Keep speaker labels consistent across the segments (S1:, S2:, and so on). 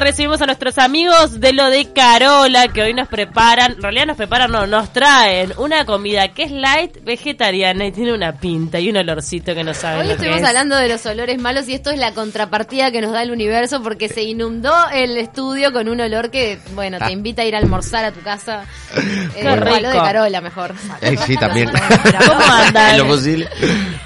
S1: Recibimos a nuestros amigos de lo de Carola que hoy nos preparan, en realidad nos preparan, no, nos traen una comida que es light vegetariana y tiene una pinta y un olorcito que no saben.
S2: Hoy
S1: lo que
S2: estuvimos
S1: es.
S2: hablando de los olores malos y esto es la contrapartida que nos da el universo porque se inundó el estudio con un olor que, bueno,
S3: Ah.
S2: te invita a ir a almorzar a tu casa. Eh,
S1: Qué
S2: o a lo de
S1: rico.
S2: Carola, mejor.
S3: Eh, sí, también.
S1: ¿Cómo andan?
S3: En lo posible.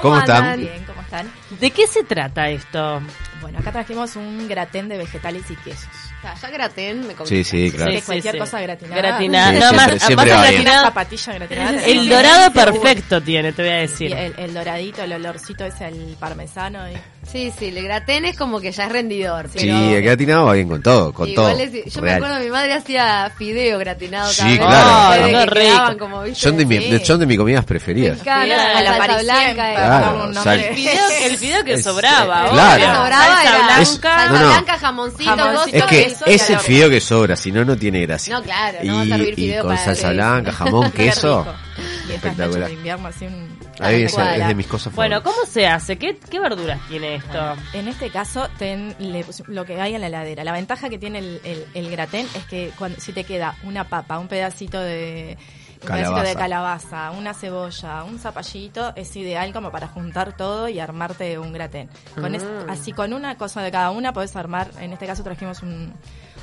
S3: ¿Cómo están?
S4: Bien, ¿cómo están?
S1: ¿De qué se trata esto?
S4: Bueno, acá trajimos un gratén de vegetales y quesos.
S2: Ya, ya gratén, me comí.
S3: Sí, sí, claro.
S4: Sí, cualquier cosa gratinada.
S1: Gratinada.
S3: Sí,
S1: no,
S3: siempre-
S1: más,
S3: siempre
S1: aparte
S3: va bien.
S4: Una
S1: gratinado,
S4: zapatilla gratinada.
S1: El dorado perfecto tiene, te voy a
S4: Y
S1: decir.
S4: el, el doradito, el olorcito es el parmesano. y-
S2: Sí, sí, el gratén es como que ya es rendidor.
S3: Sí, el gratinado va bien con todo, con todo.
S2: Igual es- yo me
S3: real.
S2: acuerdo que mi madre hacía fideo gratinado
S3: Sí,
S2: cada vez.
S3: claro.
S2: Ustedes
S1: Ah,
S2: que
S1: qué
S2: quedaban
S1: rico.
S2: como, ¿viste?
S3: Son de, mi- de- son de mis comidas preferidas.
S4: Ah,
S2: Picadas,
S1: Sí,
S2: con
S1: a la
S2: salsa
S4: parisienna,
S2: blanca, eh.
S3: Claro,
S4: con un nombre.
S3: sal-
S1: Video- el video que
S3: Es-
S1: sobraba,
S3: eh,
S1: obvio.
S3: claro.
S2: Lo que sobraba
S1: Salsa
S2: era
S1: blanca.
S3: Es-
S2: salsa
S3: no, no.
S2: blanca, jamoncito,
S4: Jamoncito,
S2: dos
S3: Es que
S4: Eso,
S3: ese
S4: claro.
S3: fideo que sobra, si no, no tiene gracia.
S2: No, claro,
S3: y,
S2: no va a servir
S3: y
S2: fideo
S3: con
S2: para
S3: salsa
S2: tres.
S3: blanca, jamón,
S4: Qué
S3: queso.
S4: rico. Y estas noches
S3: Espectacular.
S4: de invierno, así un...
S3: Ahí es,
S4: espectacular.
S3: es de mis cosas
S1: Bueno,
S3: favoritas.
S1: ¿cómo se hace? ¿Qué, qué verduras tiene esto?
S4: En este caso, ten- le pus- lo que hay en la heladera. La ventaja que tiene el, el- el gratén es que cuando, si te queda una papa, un pedacito de un pedacito
S3: Calabaza.
S4: de calabaza, una cebolla, un zapallito, es ideal como para juntar todo y armarte un gratén. Con es-
S1: Mm.
S4: así con una cosa de cada una podés armar, en este caso trajimos un,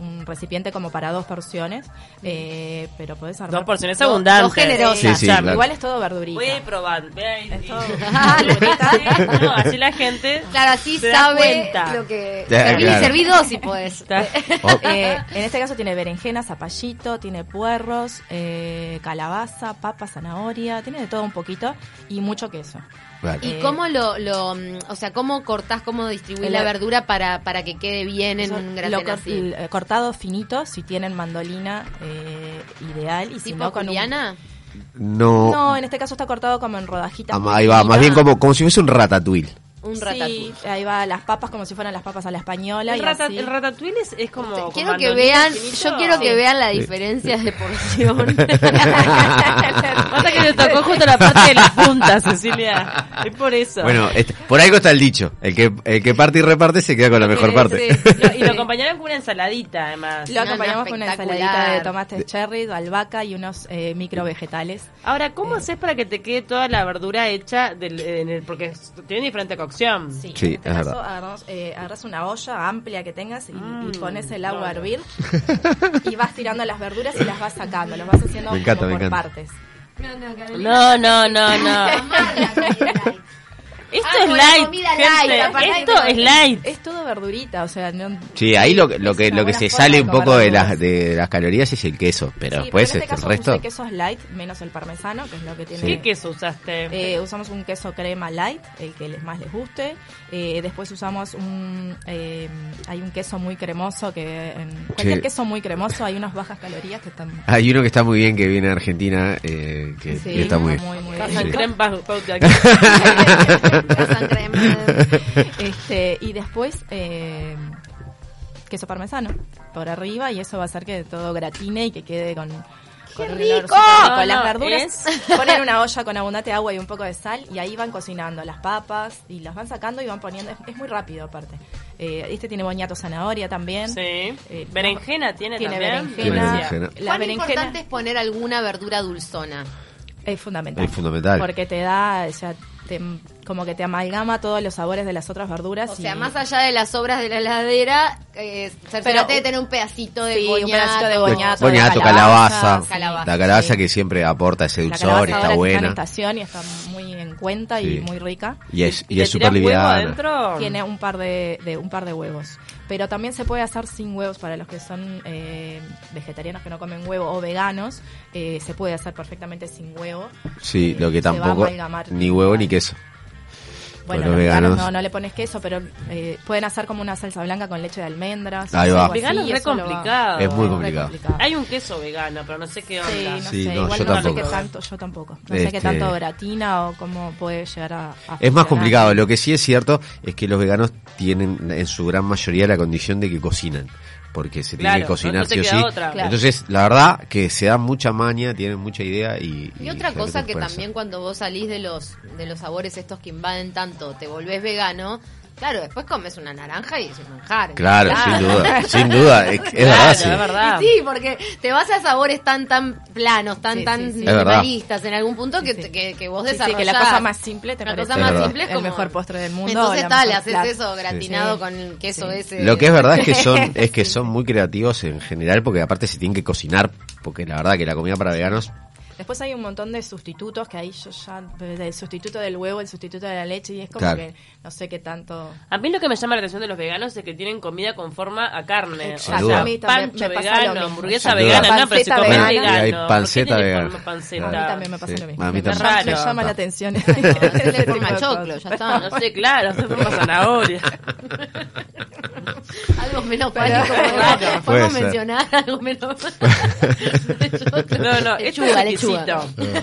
S4: un recipiente como para dos porciones, eh, pero podés armar...
S1: Mm. Dos porciones
S4: todo-
S1: abundantes.
S2: dos generosas.
S3: Sí, sí,
S1: O sea,
S3: claro.
S4: Igual es todo verdurita.
S1: Voy a ir probando. voy a ir-
S4: Es todo-
S1: Sí, no, así la gente.
S2: Claro, así
S1: Se da
S2: sabe
S1: cuenta.
S2: lo que...
S3: Ya,
S2: serví,
S3: claro.
S2: serví dos si podés.
S1: Está-
S3: Oh,
S4: Eh, en este caso tiene berenjena, zapallito, tiene puerros, eh, calabaza, papa, zanahoria, tiene de todo un poquito y mucho queso.
S3: vale.
S2: ¿Y cómo lo, lo, mm, o sea, cómo cortás, cómo distribuís
S4: Eh. El-
S2: la verdura para, para que quede bien en
S4: Eso
S2: un
S4: lo
S2: gratén
S4: cor-
S2: así?
S4: l- eh, cortado finito, si tienen mandolina, eh, ideal. Y si
S2: ¿Tipo
S4: no, con un-
S2: juliana?
S3: No.
S4: No, en este caso está cortado como en rodajitas.
S3: Ama- ahí va, más bien como, como si fuese un ratatouille.
S2: Un
S4: Sí,
S2: ratatouille.
S4: ahí va las papas como si fueran las papas a la española.
S1: El,
S4: y
S1: rata-
S4: así.
S1: el ratatouille es, es como. con
S2: Quiero que
S1: mandolina
S2: vean,
S1: finito.
S2: yo quiero que
S1: Sí.
S2: vean la diferencia de porción.
S1: Pasa que te tocó justo la parte de la punta, Cecilia. Es por eso.
S3: Bueno, este- por algo está el dicho. El que, el que parte y reparte se queda con la mejor parte.
S2: Sí, sí.
S1: Lo- y lo acompañaron con una ensaladita, además.
S4: Lo
S2: No, no,
S4: acompañamos con una ensaladita
S2: espectacular.
S4: de tomates cherry, de albahaca y unos eh, micro vegetales.
S1: Ahora, ¿cómo haces para que te quede toda la verdura hecha? Del, en el, porque es- tiene diferente cocción.
S4: Sí,
S3: Sí,
S4: en este
S3: es
S4: caso
S3: verdad.
S4: agarramos, eh, agarras una olla amplia que tengas y, y
S1: Mm,
S4: pones el agua a
S1: claro.
S4: hervir y vas tirando las verduras y las vas sacando, las vas haciendo
S3: Me encanta, me
S4: como por
S3: encanta.
S4: partes.
S1: No, no, no, no. Esto
S2: Ah,
S1: es
S2: con la
S1: light.
S2: comida
S1: gente.
S2: light, aparte hay
S1: Esto
S2: que-
S1: es light.
S4: Es todo verdurita, o sea, no,
S3: Sí, ahí lo, que- lo
S4: Es
S3: que
S4: una
S3: lo que
S4: buena
S3: se
S4: forma
S3: sale
S4: de
S3: un
S4: tomar
S3: poco de
S4: verduras.
S3: las de las calorías es el queso, pero
S4: Sí,
S3: después
S4: en este
S3: este, el
S4: caso
S3: resto.
S4: usé quesos light menos el parmesano, que es lo que tiene.
S1: ¿Qué queso usaste?
S4: Eh, usamos un queso crema light, el que les más les guste. Eh, después usamos un. eh, hay un queso muy cremoso que. en- cualquier
S3: Sí.
S4: queso muy cremoso, hay unas bajas calorías que están.
S3: Hay uno que está muy bien que viene a Argentina, eh, que,
S4: Sí,
S3: que está muy bien.
S4: muy, muy
S1: Casa
S4: bien.
S3: Sí.
S1: creme pa- pauta aquí.
S2: Pasan crema.
S4: Este, y después eh, queso parmesano por arriba y eso va a hacer que todo gratine y que quede con... ¡Qué
S2: rico!
S1: No,
S4: Con las
S1: no,
S4: verduras ponen una olla con abundante agua y un poco de sal y ahí van cocinando las papas y las van sacando y van poniendo. Es, es muy rápido aparte. Eh, este tiene boñato zanahoria también.
S1: Sí.
S4: Eh,
S1: berenjena tiene,
S4: Tiene
S1: también.
S4: berenjena.
S3: Tiene berenjena.
S4: La
S2: ¿Cuán
S4: berenjena
S2: importante es poner alguna verdura dulzona?
S4: es fundamental.
S3: Es fundamental.
S4: Porque te da, o sea, te- como que te amalgama todos los sabores de las otras verduras.
S2: O
S4: y-
S2: sea, más allá de las obras de la heladera, eh, cerciorate de tener un pedacito de
S4: Sí, un pedacito de
S2: boñato.
S4: boñato,
S3: Boñato,
S4: de
S3: calabaza,
S4: calabaza,
S2: calabaza,
S3: la calabaza
S4: sí.
S3: que siempre aporta ese
S4: La
S3: dulzor,
S4: calabaza
S3: está
S4: ahora que Está en
S3: buena.
S4: estación y está muy en cuenta
S3: Sí.
S4: y muy rica.
S3: Y es y
S1: ¿Le
S3: es súper
S1: tirás huevo
S3: liviana.
S1: adentro?
S4: Tiene un par de, de- un par de huevos, pero también se puede hacer sin huevos para los que son eh, vegetarianos que no comen huevo o veganos. eh, se puede hacer perfectamente sin huevo. Eh,
S3: Sí, lo que
S4: Se va a
S3: tampoco
S4: amalgamar.
S3: ni huevo ni queso.
S4: Bueno,
S3: los
S4: los veganos
S3: veganos.
S4: no, no le pones queso, pero eh, pueden hacer como una salsa blanca con leche de almendras.
S3: Ahí
S4: o
S3: va.
S4: algo así,
S1: Vegano es
S4: y
S1: re
S4: eso lo va-
S1: complicado.
S3: Es muy
S4: re
S3: complicado.
S1: Hay un queso vegano, pero no sé qué
S4: Sí,
S1: onda.
S4: no
S3: Sí,
S4: sé,
S3: no,
S4: igual
S3: yo
S4: no sé
S3: tampoco.
S4: qué tanto, yo tampoco. No sé
S3: Este-
S4: qué tanto gratina o cómo puede llegar a, a
S3: Es más
S4: funcionar.
S3: complicado. Lo que sí es cierto es que los veganos tienen en su gran mayoría la condición de que cocinan. Porque se tiene
S1: Claro,
S3: que cocinar
S1: no te
S3: sí o
S1: queda
S3: sí.
S1: otra.
S2: Claro.
S3: Entonces, la verdad que se dan mucha maña, tienen mucha idea y.
S2: Y otra cosa que
S3: pueden hacer.
S2: también cuando vos salís de los de los sabores estos que invaden tanto, te volvés vegano, Claro, después comes una naranja y es un manjar.
S3: Claro, sin duda, sin duda, es, es
S1: Claro,
S3: verdad,
S1: es
S3: sí.
S1: verdad.
S2: Y sí, porque te vas a sabores tan tan planos, tan
S4: Sí,
S2: tan
S4: sí, sí.
S3: Es verdad.
S2: minimalistas en algún punto que,
S4: Sí, sí.
S2: que, que vos
S4: Sí, sí,
S2: desarrollás.
S4: que la cosa más simple te
S2: La
S4: parece
S2: cosa
S3: Es
S2: más
S3: verdad.
S2: simple es
S4: el
S2: como...
S4: mejor postre del mundo.
S2: Entonces
S4: la
S2: tal,
S4: mejor
S2: haces
S4: plato.
S2: eso gratinado
S4: Sí.
S2: con el queso
S4: Sí.
S2: ese.
S3: Lo que es verdad es que son es que son muy creativos en general porque aparte se tienen que cocinar porque la verdad que la comida para veganos
S4: Después hay un montón de sustitutos que ahí yo ya, el sustituto del huevo, el sustituto de la leche, y es como
S3: Claro.
S4: que no sé qué tanto...
S1: A mí lo que me llama la atención de los veganos es que tienen comida con forma a carne. O
S3: Sin
S1: sea,
S3: duda.
S4: A mí también
S1: pancho
S4: me pasa lo
S1: vegano,
S4: mismo.
S1: hamburguesa
S3: Sin
S1: vegana, no,
S3: duda.
S1: pero si
S4: Panceta
S1: comes
S4: vegana.
S1: vegano.
S3: Y hay
S1: ¿por qué
S3: panceta
S1: tiene
S3: vegana.
S1: forma panceta?
S3: Claro.
S4: A mí también me pasa
S3: Sí,
S4: lo mismo.
S3: a mí
S4: me,
S3: también.
S4: llama- me
S1: Raro.
S4: llama la
S3: Está.
S4: atención. este
S2: Hacerle forma choclo, ya está.
S1: No sé, claro, es forma zanahoria.
S2: Algo menos pánico,
S4: Pero-
S2: ¿verdad?
S3: Puede
S2: Podemos
S3: ser.
S2: mencionar algo menos
S1: No, no, es un
S2: lechuga, lechuga.
S1: exquisito.
S3: Eh.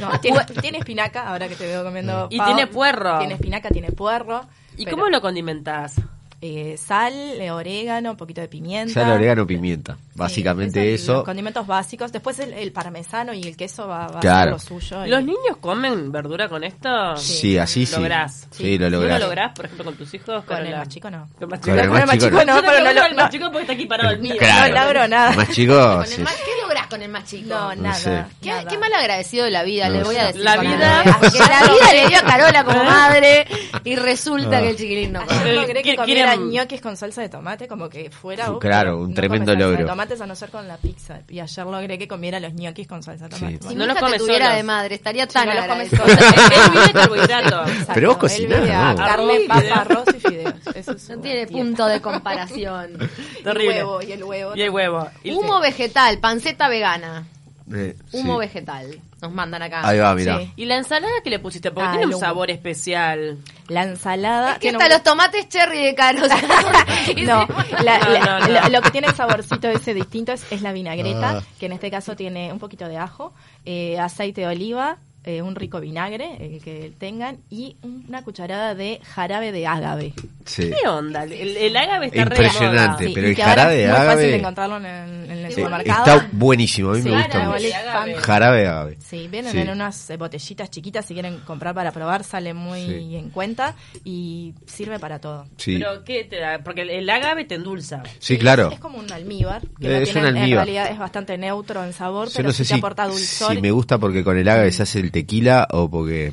S4: No, tiene, tiene espinaca, ahora que te veo comiendo.
S1: Y
S3: Mm.
S4: pavo.
S1: tiene puerro.
S4: Tiene espinaca, tiene puerro.
S1: ¿Y
S4: pero,
S1: cómo lo condimentás?
S4: eh, sal, eh, orégano, un poquito de pimienta.
S3: sal, orégano, pimienta,
S4: Sí,
S3: básicamente
S4: esos-
S3: eso.
S4: Los condimentos básicos. Después el, el parmesano y el queso va, va
S3: Claro.
S4: a ser lo suyo. y-
S1: ¿Los niños comen verdura con esto?
S3: Sí, así sí.
S1: Lográs.
S3: Sí, lo
S1: ¿No
S3: lográs.
S1: lo lográs, por ejemplo, con tus hijos?
S4: Con el
S1: la-
S4: más chico no.
S1: Con más
S3: Con
S1: chico.
S3: el más chico
S1: Yo
S4: no,
S1: no lo
S4: pero no-
S1: con el más
S4: no-
S1: chico porque está aquí parado el mío.
S3: Claro.
S4: No logro nada.
S3: Más chicos,
S2: Con
S3: sí.
S2: el más, ¿Qué lográs con el más chico?
S4: No,
S3: No
S4: nada.
S3: sé.
S2: Qué,
S4: nada.
S2: qué mal agradecido de la vida,
S3: No
S2: le voy
S3: sé.
S2: a decir.
S1: La
S2: para
S1: vida- Ah.
S2: nada. Porque la vida le dio a Carola como madre y resulta
S3: Ah.
S2: que Ah, el chiquilín no. come.
S4: Ayer logré que
S1: Quieren-
S4: comiera
S1: quieren-
S4: ñoquis con salsa de tomate, como que fuera...
S3: Fu-
S4: uh,
S3: claro,
S4: no-
S3: un
S4: no
S3: tremendo
S4: come salsa
S3: logro.
S4: de tomates a no ser con la pizza. Y ayer logré que comiera los ñoquis con salsa de
S3: Sí.
S4: tomate.
S2: Si
S1: No
S2: no
S1: los
S2: lo
S1: come
S2: tuviera
S1: solos.
S2: de madre, estaría tan
S4: no los come
S2: agradecida.
S4: solos.
S1: Él vive de carbohidratos.
S3: Pero vos
S4: Exacto, él
S3: cocinás,
S4: vive a
S3: ¿no?
S4: Carne,
S1: Arroz,
S4: papa,
S1: fideos.
S4: arroz y fideos. Eso es
S2: No
S4: su
S2: tiene
S4: dieta.
S2: punto de comparación.
S1: Terrible.
S4: Y el huevo, y el huevo.
S1: Y el huevo. Y-
S2: Humo vegetal, panceta vegana.
S3: Eh,
S2: Humo
S3: sí.
S2: vegetal. Nos mandan acá.
S3: Ahí va, mira.
S4: Sí.
S1: ¿Y la ensalada que le pusiste? Porque
S4: Ah,
S1: tiene
S4: el
S1: un
S4: humo.
S1: sabor especial.
S4: La ensalada...
S2: Es que
S4: tiene
S2: hasta
S4: un-
S2: los tomates cherry de Carola.
S4: No, la-
S1: No,
S4: la-
S1: no, no.
S4: lo- Lo que tiene el saborcito ese distinto es, es la vinagreta,
S3: Ah.
S4: que en este caso tiene un poquito de ajo, eh, aceite de oliva, eh, un rico vinagre, el que tengan, y una cucharada de jarabe de ágave.
S3: Sí.
S1: ¿Qué onda? El, el ágave está re de
S3: Impresionante.
S1: moda.
S3: pero
S4: y
S3: el
S4: que ahora
S3: jarabe de
S4: es muy
S3: ágave-
S4: fácil encontrarlo en el, en el
S3: Sí,
S4: supermercado.
S3: Está buenísimo, a mí
S4: Sí,
S3: me gusta
S4: ágave,
S3: mucho.
S4: ágave.
S3: Jarabe de agave.
S4: Sí, vienen
S3: Sí.
S4: en unas eh, botellitas chiquitas, si quieren comprar para probar, sale muy
S3: Sí.
S4: en cuenta y sirve para todo.
S3: Sí.
S1: Pero ¿qué te da? Porque el, el ágave te endulza.
S3: Sí, claro.
S4: Es como un almíbar. Que
S3: Eh,
S4: no
S3: es
S4: tiene-
S3: un almíbar.
S4: En realidad es bastante neutro en sabor,
S3: Yo
S4: pero
S3: no sé
S4: sí
S3: si,
S4: te aporta dulzor.
S3: si me gusta porque con el ágave se hace el tequila o porque...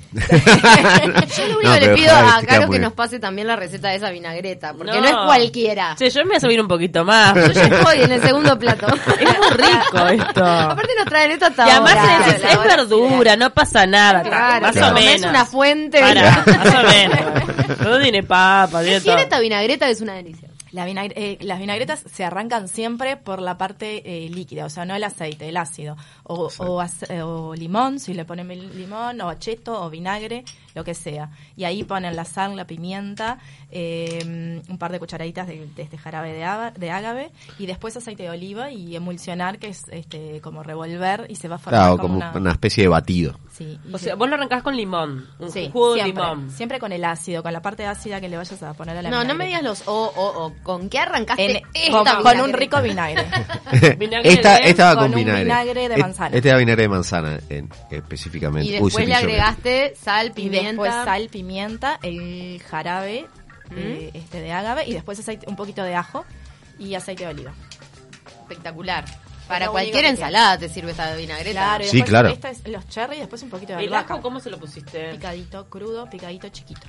S2: Yo lo
S3: No,
S2: único que
S3: pero
S2: le pido
S3: jarabe
S2: a
S3: te queda
S2: Caro
S3: muy
S2: que
S3: bien.
S2: nos pase también la receta de esa vinagreta, porque no, es cualquiera.
S1: Sí, yo me voy a subir un poquito más.
S2: Yo ya estoy en el segundo plato.
S1: es muy rico esto.
S2: Aparte nos traen esto hasta
S1: y además
S2: ahora.
S1: es, es verdura, no pasa nada.
S2: Claro,
S1: más
S2: claro.
S1: o
S2: Comés
S1: menos.
S2: una fuente.
S1: Pará, más o menos. No tiene papa, tiene todo.
S2: Tiene esta vinagreta que es una delicia.
S4: La vinagre- eh, las vinagretas se arrancan siempre por la parte eh, líquida, o sea, no el aceite, el ácido. O, o ace- eh, o limón, si le ponen el limón, o cheto, o vinagre, lo que sea. Y ahí ponen la sal, la pimienta, eh, un par de cucharaditas de, de este jarabe de, ava- de ágave, y después aceite de oliva y emulsionar, que es este como revolver y se va a formar
S3: Claro,
S4: como,
S3: Ah, como
S4: una...
S3: una especie de batido.
S4: Sí, y
S1: O
S4: se-
S1: sea, vos lo arrancás con limón. Un
S4: sí,
S1: jugo de
S4: siempre,
S1: limón.
S4: siempre con el ácido, con la parte ácida que le vayas a poner a la
S2: No, no me
S4: vinagreta.
S2: digas los o, o, o. ¿Con qué
S4: En-
S2: arrancaste
S4: con,
S2: esta
S4: con un
S2: vinagreta?
S4: rico Ah, vinagre.
S1: Vinagre
S3: esta,
S1: de-
S3: esta va con,
S4: con un
S3: vinagre.
S4: vinagre de
S3: Et-
S4: manzana.
S3: Este era vinagre de manzana en- específicamente.
S2: Y
S3: Uy,
S2: después
S3: se
S2: le
S3: me hizo bien.
S2: agregaste sal,
S4: y
S2: pimienta.
S4: después sal, pimienta, el jarabe eh,
S1: ¿Mm?
S4: este de ágave y después aceite, un poquito de ajo y aceite de oliva.
S2: Espectacular.
S4: Es
S2: Para
S4: lo
S2: cualquier
S4: único que
S2: ensalada te sirve esta vinagreta.
S4: Claro, y
S3: Sí,
S4: después
S3: claro.
S4: Esta es los cherry y después un poquito de
S1: ¿El
S4: albahaca.
S1: ajo cómo se lo pusiste?
S4: Picadito crudo, picadito chiquito.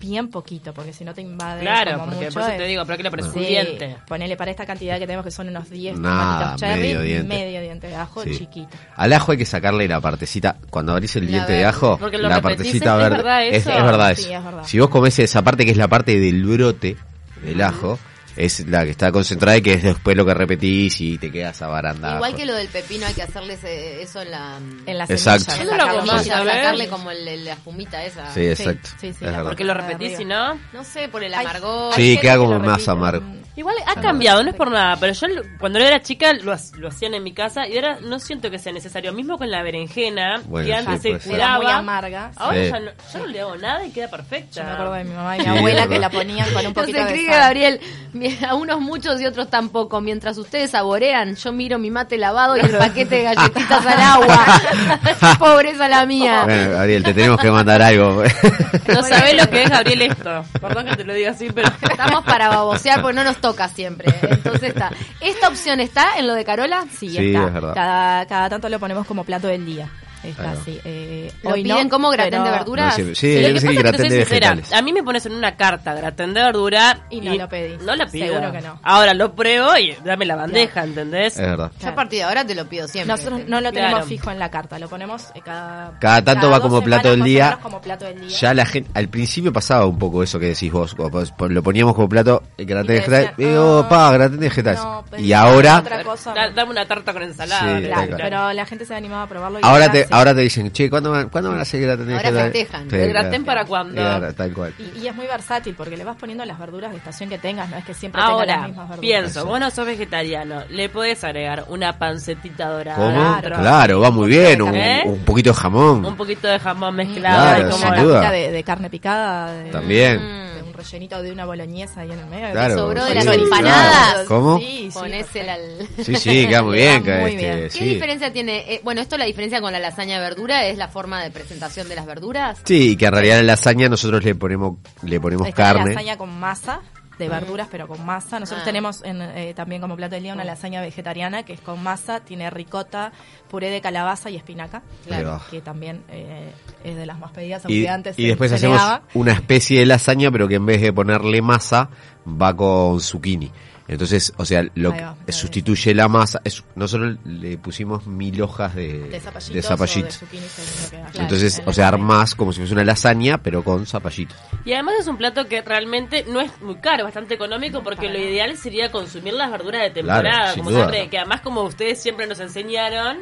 S4: Bien poquito, porque si no te invade.
S1: Claro,
S4: como
S1: porque
S4: mucho,
S1: por eso
S4: es-
S1: te digo, pero que le pones
S4: Sí,
S1: un diente.
S4: ponele para esta cantidad que tenemos que son unos 10
S3: Nada,
S4: tomatitos cherry,
S3: medio diente.
S4: medio diente de ajo
S3: Sí.
S4: chiquito.
S3: Al ajo hay que sacarle la partecita. Cuando abrís el
S2: La
S3: diente de
S2: verde.
S3: ajo,
S1: Porque lo
S3: la
S1: repetís,
S3: partecita
S1: ¿es
S3: verde.
S1: verdad
S3: es,
S1: eso?
S3: es verdad
S4: Sí,
S3: eso.
S4: es verdad.
S3: Si vos comés esa parte que es la parte del brote del ajo, es la que está concentrada y que es después lo que repetís y te quedas abarandado.
S2: Igual que lo del pepino, hay que hacerles eh, eso en la.
S4: En la
S3: Exacto.
S1: Yo
S4: semilla,
S2: en
S1: no
S4: en
S2: la
S4: la
S1: lo comí,
S4: cabilla.
S2: carnilla,
S1: ¿sabes?
S2: sacarle como el- el- la espumita esa.
S3: Sí, exacto.
S4: sí, sí,
S3: es
S4: la
S3: verdad.
S1: Porque lo repetís, si no.
S2: No sé, por el
S4: Ay,
S2: amargor.
S3: Sí,
S4: Hay
S3: queda
S4: gente
S3: como
S4: que lo
S3: más
S4: repite,
S3: amargo.
S4: mm,
S1: Igual ha cambiado, no es por nada, pero yo lo- cuando yo era chica lo, ha- lo hacían en mi casa y ahora no siento que sea necesario. Mismo con la berenjena,
S3: Bueno,
S1: que
S3: sí,
S1: antes se
S3: puede ser.
S4: Era
S1: curaba.
S4: muy amarga.
S1: Ahora
S3: Sí.
S1: ya no, yo no le hago nada y queda perfecta.
S4: Yo me acuerdo de mi mamá y mi
S3: Sí,
S4: abuela que
S3: verdad.
S4: la ponían con un
S2: Nos
S4: poquito de
S2: escribe
S4: sal.
S2: Gabriel, "Mi- a unos muchos y otros tampoco. Mientras ustedes saborean, yo miro mi mate lavado y el paquete de galletitas al agua. Pobreza la mía.
S3: Bueno, Gabriel, te tenemos que mandar algo.
S1: No sabés lo que es Gabriel esto. Perdón que te lo diga así, pero.
S2: Estamos para babosear porque no nos toca siempre. ¿eh? Entonces está. ¿Esta opción está en lo de Carola?
S4: Sí,
S3: Sí,
S4: está.
S3: es verdad.
S4: Cada, cada tanto lo ponemos como plato del día. Está
S3: Ahí va.
S4: así. eh,
S2: ¿Lo
S4: hoy
S2: piden
S4: no,
S2: como gratén
S4: pero-
S2: de verduras?
S3: No, sí, sí,
S1: Lo
S3: yo
S1: que
S3: pensé
S1: pasa
S3: que
S1: es que te
S3: gratén
S1: soy
S3: de
S1: sincera,
S3: vegetales.
S1: a mí me pones en una carta gratén de verdura
S4: Y no lo pedís.
S1: No la pido.
S4: Seguro que no.
S1: Ahora lo pruebo y dame la bandeja, ¿entendés?
S3: Es verdad.
S2: Yo a partir de ahora te lo pido siempre.
S4: Nosotros no lo tenemos
S1: Claro.
S4: fijo en la carta, lo ponemos eh, cada.
S3: Cada tanto va
S4: dos
S3: como plato
S4: semanas,
S3: del
S4: más o
S3: día.
S4: menos como plato del día.
S3: Ya la gente, al principio pasaba un poco eso que decís vos, como pos- pon- lo poníamos como plato, el gratén de
S4: Y te decían,
S3: vegetales, eh, oh,
S4: ah,
S3: pa, gratén de vegetales.
S4: no, pero
S3: y ahora,
S4: otra cosa.
S1: Da- dame una tarta con ensalada.
S3: Sí,
S1: ¿no?
S3: tal
S4: Claro,
S3: cual.
S4: pero la gente se animaba a probarlo. y
S3: ahora
S4: ahora
S3: te,
S4: sí.
S3: ahora te dicen, che, ¿cuándo van, ¿cuándo van a hacer gratén de
S2: Ahora
S3: vegetales?
S2: festejan.
S3: Sí,
S1: ¿El
S3: claro.
S1: gratén para cuándo?
S3: Claro, tal cual.
S4: Y, y es muy versátil porque le vas poniendo las verduras de estación que tengas, no es que siempre tengas las
S1: Ahora,
S4: mismas verduras.
S1: pienso, vos no sos vegetariano, le podés agregar una pancetita dorada.
S3: ¿Cómo?
S1: adentro,
S3: Claro, va muy bien, un,
S1: ¿Eh?
S3: un poquito de jamón.
S1: Un poquito de jamón mezclado.
S3: Claro,
S1: y
S4: con
S1: como
S3: sin
S4: una
S1: la-
S3: duda.
S4: capita de, de carne picada, de,
S3: También.
S4: de
S2: Mm.
S4: un rellenito de una boloñesa ahí en el medio.
S3: Claro,
S2: sobró de
S3: sí,
S2: las
S3: claro.
S2: empanadas.
S3: ¿Cómo?
S4: Sí, sí,
S2: Ponésela al...
S3: Sí, sí, queda muy bien.
S4: Queda
S3: que
S4: muy
S3: este,
S4: bien.
S2: ¿Qué
S3: sí.
S2: diferencia tiene? Eh, bueno, esto la diferencia con la lasaña de verdura es la forma de presentación de las verduras.
S3: Sí, y que en realidad en la lasaña nosotros le ponemos, le ponemos
S4: Está Pues la
S3: carne.
S4: Este, lasaña con masa de verduras pero con masa nosotros
S2: Ah.
S4: tenemos en, eh, también como plato del día una lasaña vegetariana que es con masa tiene ricota puré de calabaza y espinaca
S3: Claro. Ahí va.
S4: que también eh, es de las más pedidas
S3: Y,
S4: aunque antes
S3: y
S4: se-
S3: después
S4: se
S3: hacemos
S4: negaba.
S3: una especie de lasaña, pero que en vez de ponerle masa, va con zucchini. Entonces, o sea, lo
S4: Ahí
S3: que
S4: va, está
S3: sustituye la masa. Es, nosotros le pusimos mil hojas eh, de,
S4: de
S3: de
S4: zapallitos o de
S3: zapallitos.
S4: zucchini, según lo que hagas.
S3: Entonces,
S4: En la
S3: o sea,
S4: comida.
S3: armás como si fuese una lasaña, pero con zapallitos.
S1: Y además es un plato que realmente no es muy caro, bastante económico, porque lo ideal sería consumir las verduras de temporada,
S3: Claro, sin
S1: como
S3: duda.
S1: siempre, que además como ustedes siempre nos enseñaron,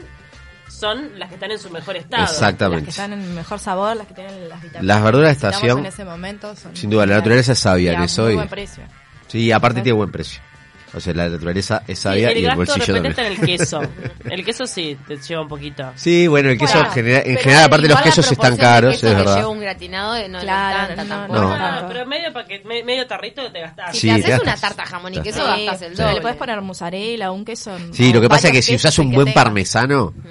S1: son las que están en su mejor estado.
S4: las que
S3: Exactamente.
S4: están en mejor sabor las que tienen las vitaminas
S3: Las verduras de
S4: que necesitamos
S3: estación,
S4: en ese momento son-
S3: sin duda, la naturaleza es sabia
S4: Y a
S3: en eso
S4: muy
S3: y-
S4: buen precio
S3: Sí, aparte tiene buen precio. O sea, la naturaleza es
S1: Sí,
S3: sabia
S1: el
S3: y el
S1: gasto de
S3: bolsillo
S1: repente
S3: también.
S1: está en el queso. El queso sí, te lleva un poquito.
S3: Sí, bueno, el queso
S4: Bueno,
S3: en general, en
S2: Pero
S3: general aparte los
S2: igual la
S3: quesos están
S2: proporción de
S3: caros,
S2: queso
S3: es
S2: que
S3: verdad.
S2: lleva un gratinado eh, no
S4: Claro,
S2: no es tanta
S4: no,
S2: tampoco.
S3: No.
S1: Ah,
S4: Tanto.
S1: pero medio, paquet, me- medio tarrito te gastás.
S2: Si
S3: Sí,
S2: te haces
S3: gastas.
S2: una tarta jamón y queso,
S4: Sí,
S2: gastas el
S4: pero
S2: doble.
S4: Le puedes poner mozzarella, un queso.
S3: Sí,
S4: o
S3: lo que pasa es
S4: varios
S3: que si
S4: quesos
S3: usas un
S4: que
S3: buen
S4: tengan.
S3: parmesano,
S2: Mm.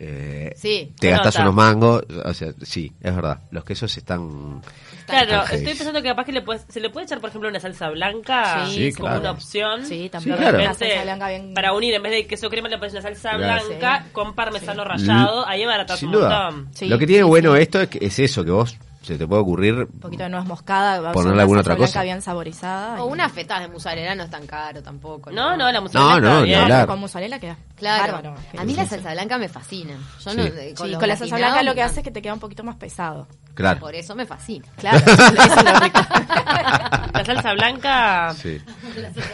S3: eh,
S2: Sí.
S3: te
S1: Se
S3: gastas
S1: nota.
S3: unos mangos. O sea, sí, es verdad. Los quesos están.
S1: Claro,
S3: Está
S1: estoy
S3: heavy.
S1: pensando que capaz que le puedes, se le puede echar, por ejemplo, una salsa blanca
S2: Sí,
S3: Sí,
S1: como
S3: claro.
S1: una opción.
S4: Sí, también.
S3: Sí, claro.
S4: Una
S1: Para
S4: salsa blanca bien-
S1: Para unir, en vez de queso crema, le pones una salsa
S3: Claro.
S1: blanca
S4: Sí.
S1: con parmesano rallado. Ahí baratas
S3: Sin
S1: un
S3: duda.
S1: montón.
S4: Sí,
S3: lo que tiene
S4: sí,
S3: bueno
S4: sí.
S3: esto es, que- es eso, que vos se te puede ocurrir.
S4: Un poquito de nuez moscada. va a ser
S3: Ponerle
S4: una
S3: alguna
S4: salsa
S3: otra cosa.
S4: blanca bien saborizada.
S2: O
S4: y-
S2: unas fetas de mozzarella no es tan caro tampoco.
S1: No, no, la mozzarella
S3: No,
S1: está
S3: no, ni
S1: bien.
S3: hablar.
S4: Con mozzarella queda
S2: Claro.
S4: bárbaro.
S2: A mí la salsa blanca me fascina. Yo no,
S3: Sí.
S2: eh,
S4: Sí,
S2: con, los
S4: con, la salsa
S2: gratinados
S4: blanca lo
S2: me
S4: que hace
S2: encanta.
S4: es que te queda un poquito más pesado.
S3: Claro.
S2: Por eso me fascina.
S4: Claro, eso es lo rico.
S1: La salsa blanca...
S3: Sí.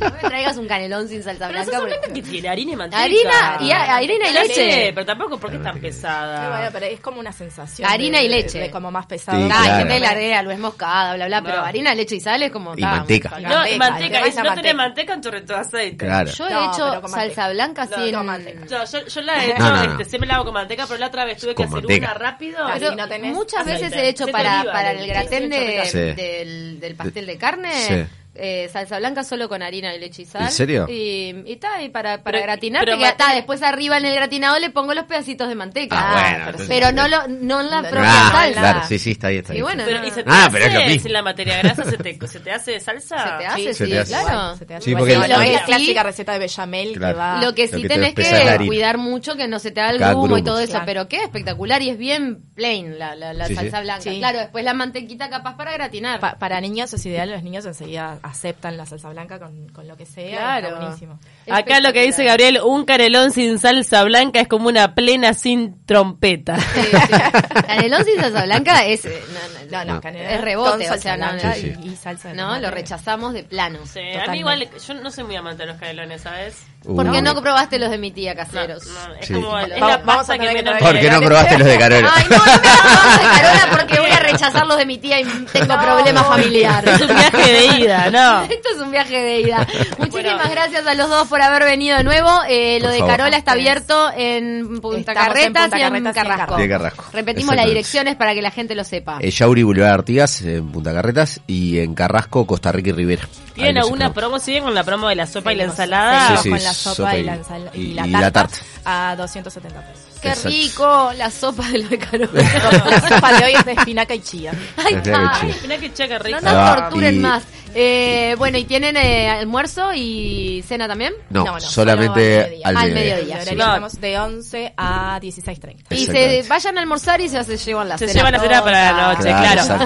S2: No me traigas un canelón sin salsa
S1: Pero la
S2: blanca.
S1: salsa
S2: porque-
S1: blanca que tiene harina y manteca.
S2: Harina y, a- harina y leche.
S1: Pero tampoco, porque es tan
S4: Pero bueno,
S1: pesada?
S4: pero es como una sensación.
S2: Harina
S4: de-
S2: y leche.
S4: de- de como más pesado.
S3: Sí,
S2: Ah, y
S4: que
S3: claro.
S2: gente de heladera, nuez moscada, bla, bla, pero
S1: No.
S2: harina, leche y sal es como...
S3: Y
S2: ta,
S3: manteca.
S2: vamos a
S1: Y
S2: sacar.
S1: no, y
S4: manteca,
S1: manteca.
S4: te
S1: Y si
S4: vas a
S1: no tenés
S4: manteca.
S1: manteca, un chorrito de aceite.
S3: Claro.
S2: Yo he
S4: No,
S2: hecho
S4: pero con
S2: salsa
S4: manteca.
S2: blanca
S4: No,
S2: sin...
S4: con manteca.
S1: No, yo, yo la he hecho,
S3: No, no, no.
S1: este, siempre la hago con manteca, pero la otra vez tuve que
S3: Con
S1: hacer
S3: manteca.
S1: una rápido.
S4: Claro,
S2: Pero
S4: si no tenés
S2: muchas
S1: aceite.
S2: veces he hecho
S1: Se te
S2: para,
S1: oliva,
S2: para
S1: le-
S2: el
S1: le-
S2: gratén
S1: le-
S2: de,
S3: Sí.
S2: del, del pastel de carne,
S3: Sí.
S2: eh, salsa blanca solo con harina y leche y sal.
S3: ¿En serio?
S2: Y, y ta, y para, para
S1: Pero-
S2: gratinar,
S1: pero
S2: te queda-
S1: manteca-
S2: ta, después arriba en el gratinado le pongo los pedacitos de manteca.
S3: Ah, bueno,
S2: pero,
S3: entonces-
S2: pero no, lo, no en la
S4: No,
S2: propia
S3: Ah,
S2: salsa.
S3: claro, sí, sí, está ahí, está ahí.
S2: Y bueno,
S1: Pero, ¿y se te
S3: Ah,
S1: hace
S3: pero es lo mismo.
S1: sin la materia grasa? ¿Se te, se te hace salsa?
S2: se te hace,
S4: Sí,
S2: sí,
S3: se te hace.
S2: claro.
S4: Se te hace
S3: Sí,
S4: igual.
S3: porque
S4: No,
S3: el-
S4: no
S2: lo
S4: es la
S2: que sí-
S4: clásica receta de bechamel
S3: Claro.
S4: que va.
S2: Lo que
S3: Lo
S2: sí
S3: que te
S2: tenés
S3: espesa la
S2: que
S3: harina.
S2: cuidar mucho que no se te haga el
S3: Cada
S2: grumo, y
S3: grumo.
S2: todo eso,
S4: Claro.
S2: pero qué espectacular y es bien plain la, la, la
S3: Sí, sí.
S2: salsa blanca.
S4: Sí.
S2: Claro, después la mantequita capaz para gratinar.
S4: Pa- para niños es ideal, los niños enseguida aceptan la salsa blanca con, con lo que sea. y
S2: Claro.
S4: Está buenísimo.
S1: Acá lo que dice Gabriel, un carelón sin salsa blanca es como una plena sin trompeta.
S2: Sí, sí. Canelón sin salsa blanca es eh, no, no,
S4: No,
S2: no,
S4: no,
S3: No.
S4: canela
S2: es rebote,
S4: con
S2: o sea,
S4: salsa
S2: no, no,
S4: blanca
S3: Sí, sí.
S4: Y, y salsa de
S2: no,
S4: tomate.
S2: lo rechazamos de plano.
S1: Sí, a mí
S4: Totalmente.
S1: igual, yo no soy muy amante de los carelones, ¿sabes?
S3: Uh,
S2: Porque no probaste los de mi tía
S1: No,
S2: caseros.
S1: no, es
S3: Sí.
S1: como es
S4: Vamos-
S1: la
S4: vamos a
S1: pasta que
S4: tener que
S1: menos me
S4: traer-
S3: Porque no
S1: agrada.
S3: probaste los de Carol.
S2: Ay, no, no me hagas de Carola porque voy a rechazar los de mi tía y tengo
S4: No,
S2: problema
S4: no.
S2: familiar.
S1: Es un viaje de ida, no.
S2: Esto es un viaje de ida. Muchísimas gracias a los dos por haber venido de nuevo. Eh, lo
S3: Por
S2: de
S3: favor.
S2: Carola está abierto en Punta
S4: Estamos en
S2: Carretas
S4: Punta
S2: y en
S4: Carretas y en
S2: Carrasco.
S3: De Carrasco.
S2: Repetimos las
S3: Exactamente.
S2: direcciones para que la gente lo sepa.
S3: Eh, Yauri Boulevard Artigas, en Punta Carretas, y en Carrasco, Costa Rica y Rivera. Ahí
S1: ¿Tienen
S3: nos
S1: alguna
S3: encontramos.
S1: promo? ¿Siguen con la promo de la sopa y la
S4: Seguimos-
S1: ensalada?
S4: seguimos
S3: Sí, sí,
S4: con la sopa, y, la ensala- y la tarta, a 270 pesos.
S2: Qué
S3: Exacto.
S2: rico la sopa de lo de Carola.
S4: la sopa de hoy es de espinaca y chía.
S2: Ay,
S3: Es de
S2: está.
S3: leche.
S1: Mirá que chaca rica.
S2: No
S3: Ahí
S2: nos
S3: va.
S2: torturen
S3: Y-
S2: más. Eh, bueno, ¿y tienen eh, almuerzo y cena también?
S3: No,
S4: No, no, solo al
S3: solamente
S4: mediodía.
S3: al
S2: Al
S3: mediodía.
S2: mediodía.
S4: Horario
S1: No.
S4: estamos de 11 a 16.30.
S2: Y se
S3: Exactamente.
S2: vayan a almorzar y ya se llevan la
S1: Se
S2: cena.
S1: llevan la cena para la
S2: pronta.
S1: noche, claro.
S3: exacto.